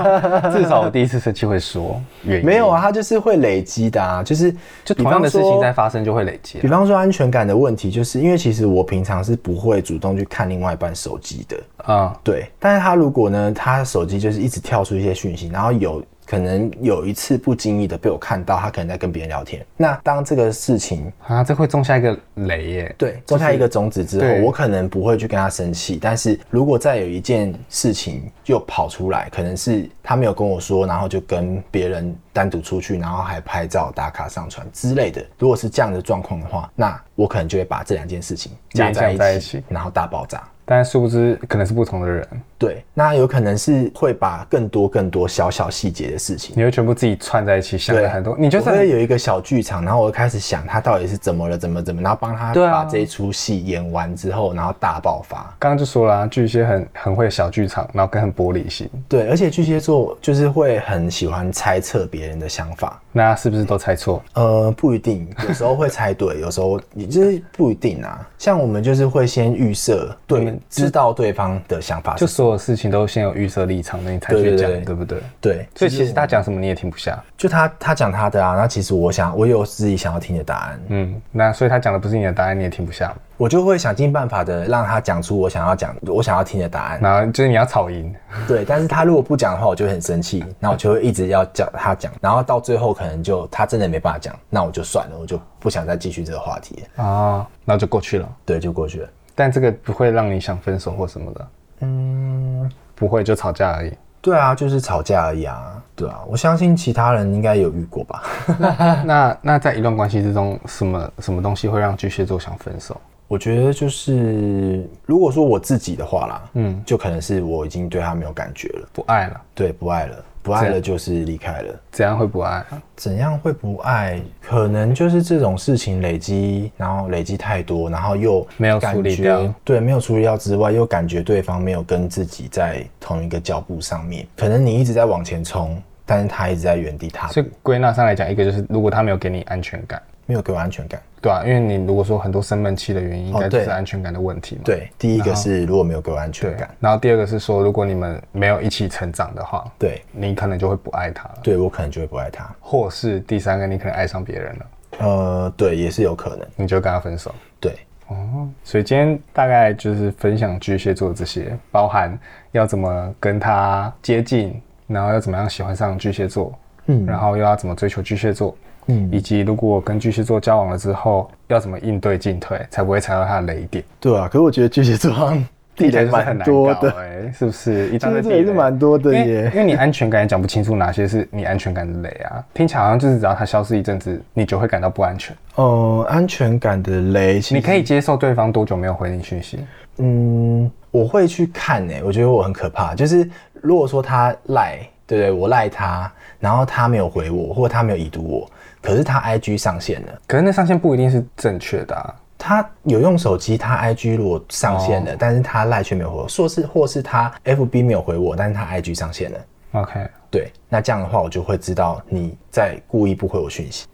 Speaker 1: 至少我第一次生气会说原因，
Speaker 2: 没有啊，它就是会累积的啊，就是
Speaker 1: 就
Speaker 2: 比
Speaker 1: 同样
Speaker 2: 方
Speaker 1: 的事情
Speaker 2: 说
Speaker 1: 在啊发生就会累积
Speaker 2: 比
Speaker 1: 了。
Speaker 2: 方说安全感的问题，就是因为其实我平常是不会主动去看另外一半手机的，
Speaker 1: 嗯，
Speaker 2: 对。但是他如果呢，他手机就是一直跳出一些讯息，然后有可能有一次不经意的被我看到，他可能在跟别人聊天。那当这个事情
Speaker 1: 啊，这会种下一个雷耶。
Speaker 2: 对种下一个种子之后，
Speaker 1: 对
Speaker 2: 我可能不会去跟他生气，但是如果再有一件事情又跑出来，可能是他没有跟我说，然后就跟别人单独出去，然后还拍照打卡上传之类的，如果是这样的状况的话，那我可能就会把这两件事情加在
Speaker 1: 联想
Speaker 2: 一起，
Speaker 1: 在一起
Speaker 2: 然后大爆炸。
Speaker 1: 但殊不知可能是不同的人，
Speaker 2: 对，那有可能是会把更多更多小小细节的事情。
Speaker 1: 你会全部自己串在一起，想
Speaker 2: 对，
Speaker 1: 了很多，你就
Speaker 2: 我会
Speaker 1: 是
Speaker 2: 有一个小剧场，然后我就开始想他到底是怎么了，怎么怎么，然后帮他
Speaker 1: 对啊
Speaker 2: 把这一出戏演完之后，然后大爆发。
Speaker 1: 刚刚就说了、啊，巨蟹很很会小剧场，然后跟很玻璃心，
Speaker 2: 对，而且巨蟹座就是会很喜欢猜测别人的想法，
Speaker 1: 那是不是都猜错？
Speaker 2: 呃，不一定，有时候会猜对，有时候也就是不一定啊。像我们就是会先预设对，知道对方的想法，
Speaker 1: 就是所有事情都先有预设立场，那你才
Speaker 2: 对
Speaker 1: 去
Speaker 2: 对
Speaker 1: 讲，
Speaker 2: 对
Speaker 1: 对不对？
Speaker 2: 对，
Speaker 1: 所以其实他讲什么你也听不下，
Speaker 2: 就他他讲他的啊，那其实我想我有自己想要听的答案，
Speaker 1: 嗯，那所以他讲的不是你的答案，你也听不下，
Speaker 2: 我就会想尽办法的让他讲出我想要讲我想要听的答案，
Speaker 1: 然后就是你要吵赢，
Speaker 2: 对。但是他如果不讲的话，我就会很生气，那我就会一直要叫他讲，然后到最后可能就他真的没办法讲，那我就算了，我就不想再继续这个话题了，
Speaker 1: 啊，然后就过去了。
Speaker 2: 对，就过去了。
Speaker 1: 但这个不会让你想分手或什么的，
Speaker 2: 嗯，
Speaker 1: 不会就吵架而已。
Speaker 2: 对啊，就是吵架而已啊。对啊，我相信其他人应该有遇过吧。
Speaker 1: 那那在一段关系之中，什么什么东西会让巨蟹座想分手？
Speaker 2: 我觉得就是，如果说我自己的话啦，
Speaker 1: 嗯，
Speaker 2: 就可能是我已经对他没有感觉了，
Speaker 1: 不爱了，
Speaker 2: 对，不爱了，不爱了就是离开了。
Speaker 1: 怎样会不爱啊？
Speaker 2: 怎样会不爱？可能就是这种事情累积，然后累积太多，然后又
Speaker 1: 没有
Speaker 2: 感
Speaker 1: 处理
Speaker 2: 觉
Speaker 1: 掉。
Speaker 2: 对，没有处理掉之外，又感觉对方没有跟自己在同一个脚步上面。可能你一直在往前冲，但是他一直在原地踏步
Speaker 1: 所，以归纳上来讲，一个就是如果他没有给你安全感，
Speaker 2: 没有给我安全感。
Speaker 1: 对啊，因为你如果说很多生闷气的原因，应
Speaker 2: 哦
Speaker 1: 该就
Speaker 2: 对
Speaker 1: 是安全感的问题嘛。
Speaker 2: 对，第一个是如果没有给我安全
Speaker 1: 对
Speaker 2: 感，。
Speaker 1: 然后第二个是说，如果你们没有一起成长的话，
Speaker 2: 对，
Speaker 1: 你可能就会不爱他了，
Speaker 2: 对我可能就会不爱他。
Speaker 1: 或是第三个，你可能爱上别人了，
Speaker 2: 呃，对，也是有可能。
Speaker 1: 你就跟他分手。
Speaker 2: 对，
Speaker 1: 哦，所以今天大概就是分享巨蟹座这些，包含要怎么跟他接近，然后要怎么样喜欢上巨蟹座，
Speaker 2: 嗯
Speaker 1: 然后又要怎么追求巨蟹座，
Speaker 2: 嗯，
Speaker 1: 以及如果跟巨蟹座交往了之后，要怎么应对进退，才不会踩到他的雷点。
Speaker 2: 对啊。可是我觉得巨蟹座好像地雷
Speaker 1: 就是很
Speaker 2: 蛮
Speaker 1: 难
Speaker 2: 多
Speaker 1: 搞
Speaker 2: 的，
Speaker 1: 欸是不 是？一大堆地
Speaker 2: 其实这
Speaker 1: 雷
Speaker 2: 也是蛮多的
Speaker 1: 因为
Speaker 2: 耶
Speaker 1: 因为你安全感也讲不清楚哪些是你安全感的雷啊，听起来好像就是只要他消失一阵子，你就会感到不安全。
Speaker 2: 呃，安全感的雷，其实
Speaker 1: 你可以接受对方多久没有回你讯息？
Speaker 2: 嗯，我会去看诶、我觉得我很可怕。就是如果说他赖，对不对？我赖他，然后他没有回我，或者他没有已读我，可是他 IG 上线了，
Speaker 1: 可是那上限不一定是正确的啊。
Speaker 2: 他有用手机，他 IG 如果上线
Speaker 1: 哦
Speaker 2: 了，但是他赖却没有回我，说是或是他 FB 没有回我，但是他 IG 上线了，
Speaker 1: OK，
Speaker 2: 对，那这样的话我就会知道你在故意不回我讯息，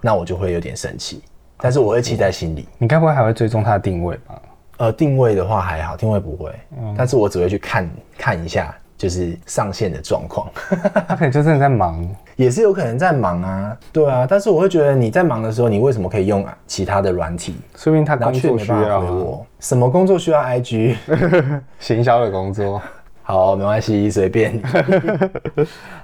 Speaker 2: 那我就会有点生气，但是我会记在心里。
Speaker 1: 你该不会还会追踪他的定位吧？
Speaker 2: 呃，定位的话还好，定位不会，
Speaker 1: 嗯
Speaker 2: 但是我只会去看看一下，就是上线的状况，
Speaker 1: 他可能就真的在忙，
Speaker 2: 也是有可能在忙啊，对啊，但是我会觉得你在忙的时候，你为什么可以用其他的软体，
Speaker 1: 说不定他
Speaker 2: 然
Speaker 1: 工
Speaker 2: 后却
Speaker 1: 作
Speaker 2: 没
Speaker 1: 需
Speaker 2: 办法
Speaker 1: 要
Speaker 2: 回
Speaker 1: 啊
Speaker 2: 我？什么工作需要 IG？
Speaker 1: 行销的工作。
Speaker 2: 好，没关系，随便你。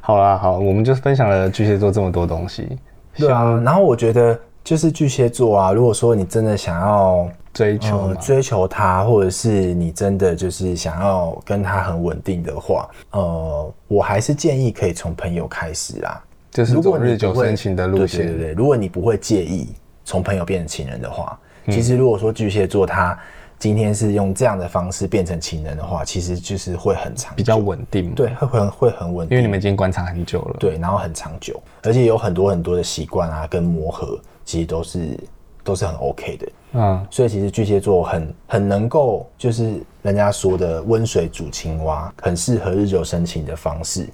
Speaker 1: 好啦，好，我们就分享了巨蟹座这么多东西，
Speaker 2: 对啊，然后我觉得就是巨蟹座啊，如果说你真的想要
Speaker 1: 追求
Speaker 2: 呃
Speaker 1: 嘛，
Speaker 2: 追求他，或者是你真的就是想要跟他很稳定的话，呃，我还是建议可以从朋友开始啦。
Speaker 1: 就是
Speaker 2: 如
Speaker 1: 走
Speaker 2: 果你
Speaker 1: 日久
Speaker 2: 不会
Speaker 1: 生情的路
Speaker 2: 对对
Speaker 1: 线。
Speaker 2: 对对，如果你不会介意从朋友变成情人的话，
Speaker 1: 嗯
Speaker 2: 其实如果说巨蟹座他今天是用这样的方式变成情人的话，其实就是会很长久，
Speaker 1: 比较稳定嘛，
Speaker 2: 对，会很会很稳
Speaker 1: 因为
Speaker 2: 定，
Speaker 1: 你们已经观察很久了。
Speaker 2: 对，然后很长久，而且有很多很多的习惯啊跟磨合，其实都是都是很 OK 的。
Speaker 1: 嗯，
Speaker 2: 所以其实巨蟹座很很能够，就是人家说的温水煮青蛙，很适合日久生情的方式。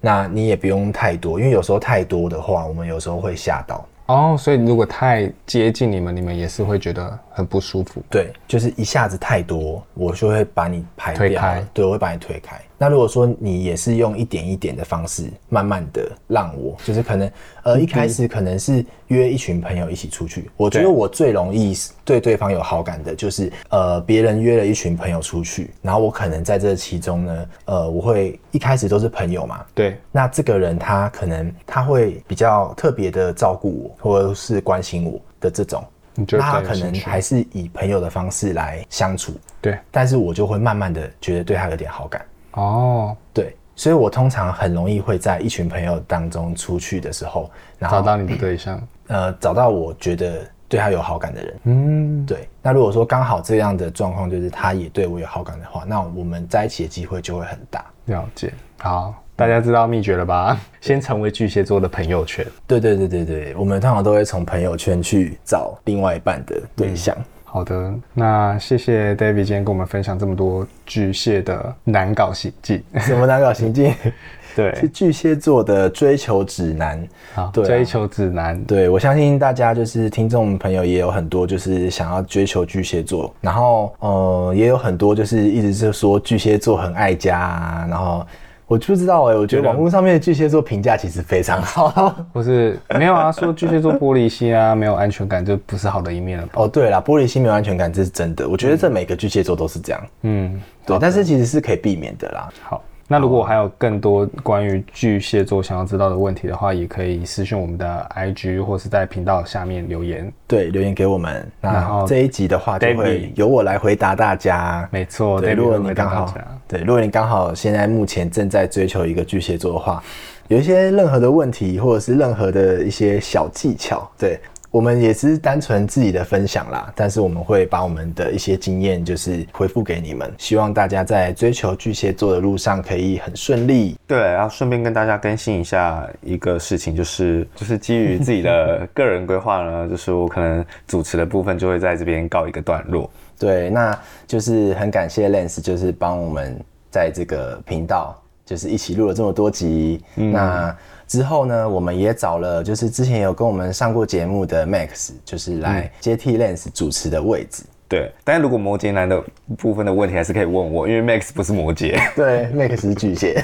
Speaker 2: 那你也不用太多，因为有时候太多的话，我们有时候会吓到。
Speaker 1: 哦，所以如果太接近你们，你们也是会觉得很不舒服。
Speaker 2: 对，就是一下子太多，我就会把你排
Speaker 1: 推
Speaker 2: 掉
Speaker 1: 开。
Speaker 2: 对，我会把你推开。那如果说你也是用一点一点的方式，慢慢的让我，就是可能呃
Speaker 1: 嗯
Speaker 2: 一开始可能是约一群朋友一起出去。我觉得
Speaker 1: 对
Speaker 2: 我最容易对对方有好感的就是呃别人约了一群朋友出去，然后我可能在这其中呢，呃我会一开始都是朋友嘛，
Speaker 1: 对，
Speaker 2: 那这个人他可能他会比较特别的照顾我，或者是关心我的这种，
Speaker 1: 你就会
Speaker 2: 那他
Speaker 1: 比较有
Speaker 2: 可
Speaker 1: 兴
Speaker 2: 能
Speaker 1: 趣
Speaker 2: 还是以朋友的方式来相处，
Speaker 1: 对，
Speaker 2: 但是我就会慢慢的觉得对他有点好感，
Speaker 1: 哦，
Speaker 2: 对，所以我通常很容易会在一群朋友当中出去的时候，然
Speaker 1: 找
Speaker 2: 后
Speaker 1: 到你的对象，
Speaker 2: 呃找到我觉得对他有好感的人，
Speaker 1: 嗯，
Speaker 2: 对，那如果说刚好这样的状况就是他也对我有好感的话，那我们在一起的机会就会很大。
Speaker 1: 了解。好，大家知道秘诀了吧？先成为巨蟹座的朋友圈。
Speaker 2: 对对对对对，我们通常都会从朋友圈去找另外一半的
Speaker 1: 嗯
Speaker 2: 对象。
Speaker 1: 好的，那谢谢 David 今天跟我们分享这么多巨蟹的难搞喜忌。
Speaker 2: 什么难搞行径？是
Speaker 1: 对，
Speaker 2: 巨蟹座的追求指南。
Speaker 1: 好，
Speaker 2: 对啊
Speaker 1: 追求指南。
Speaker 2: 对我相信大家就是听众朋友也有很多就是想要追求巨蟹座，然后呃也有很多就是一直是说巨蟹座很爱家、啊，然后我就不知道哎、我觉得网络上面的巨蟹座评价其实非常好。
Speaker 1: 或是没有啊，说巨蟹座玻璃心啊， 没有安全感，这不是好的一面了吧？
Speaker 2: 哦，对啦，玻璃心没有安全感这是真的，我觉得这每个巨蟹座都是这样，
Speaker 1: 嗯，
Speaker 2: 对，但是其实是可以避免的啦。
Speaker 1: 好，那如果还有更多关于巨蟹座想要知道的问题的话，也可以私信我们的 IG 或是在频道下面留言。
Speaker 2: 对，留言给我们。
Speaker 1: 然后
Speaker 2: 那这一集的话，就会
Speaker 1: David
Speaker 2: 由我来回答大家。
Speaker 1: 没错，
Speaker 2: 对，
Speaker 1: David
Speaker 2: 如果
Speaker 1: 会
Speaker 2: 你
Speaker 1: 回答
Speaker 2: 刚好
Speaker 1: 大家
Speaker 2: 对，如果你刚好现在目前正在追求一个巨蟹座的话，有一些任何的问题，或者是任何的一些小技巧，对我们也只是单纯自己的分享啦。但是我们会把我们的一些经验，就是回复给你们，希望大家在追求巨蟹座的路上可以很顺利。
Speaker 1: 对，然后顺便跟大家更新一下一个事情，就是就是基于自己 的个人规划呢，就是我可能主持的部分就会在这边告一个段落。
Speaker 2: 对，那就是很感谢 Lens，就是帮我们在这个频道，就是一起录了这么多集。那之后呢，我们也找了，就是之前有跟我们上过节目的 Max，就是来接替 Lens 主持的位置。
Speaker 1: 对，但如果摩羯男的部分的问题还是可以问我，因为 Max 不是摩羯。
Speaker 2: 对，Max 是巨 蟹。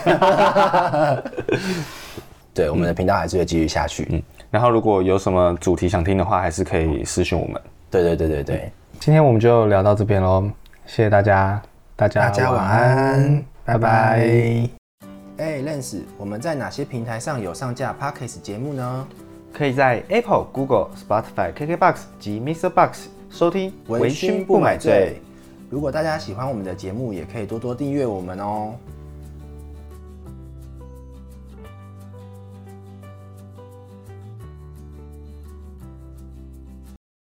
Speaker 2: 对，我们的频道还是会继续下去。
Speaker 1: 然后如果有什么主题想听的话，还是可以私信我们。
Speaker 2: 对对对对对，
Speaker 1: 今天我们就聊到这边喽，谢谢大家，大家
Speaker 2: 大家晚安，
Speaker 1: 拜拜
Speaker 2: 拜拜。哎、l e n s 我们在哪些平台上有上架 Podcast 节目呢？
Speaker 1: 可以在 Apple、Google、Spotify、KKBox 及 Mr. Box 收听《
Speaker 2: 微醺不买醉。如果大家喜欢我们的节目，也可以多多订阅我们哦。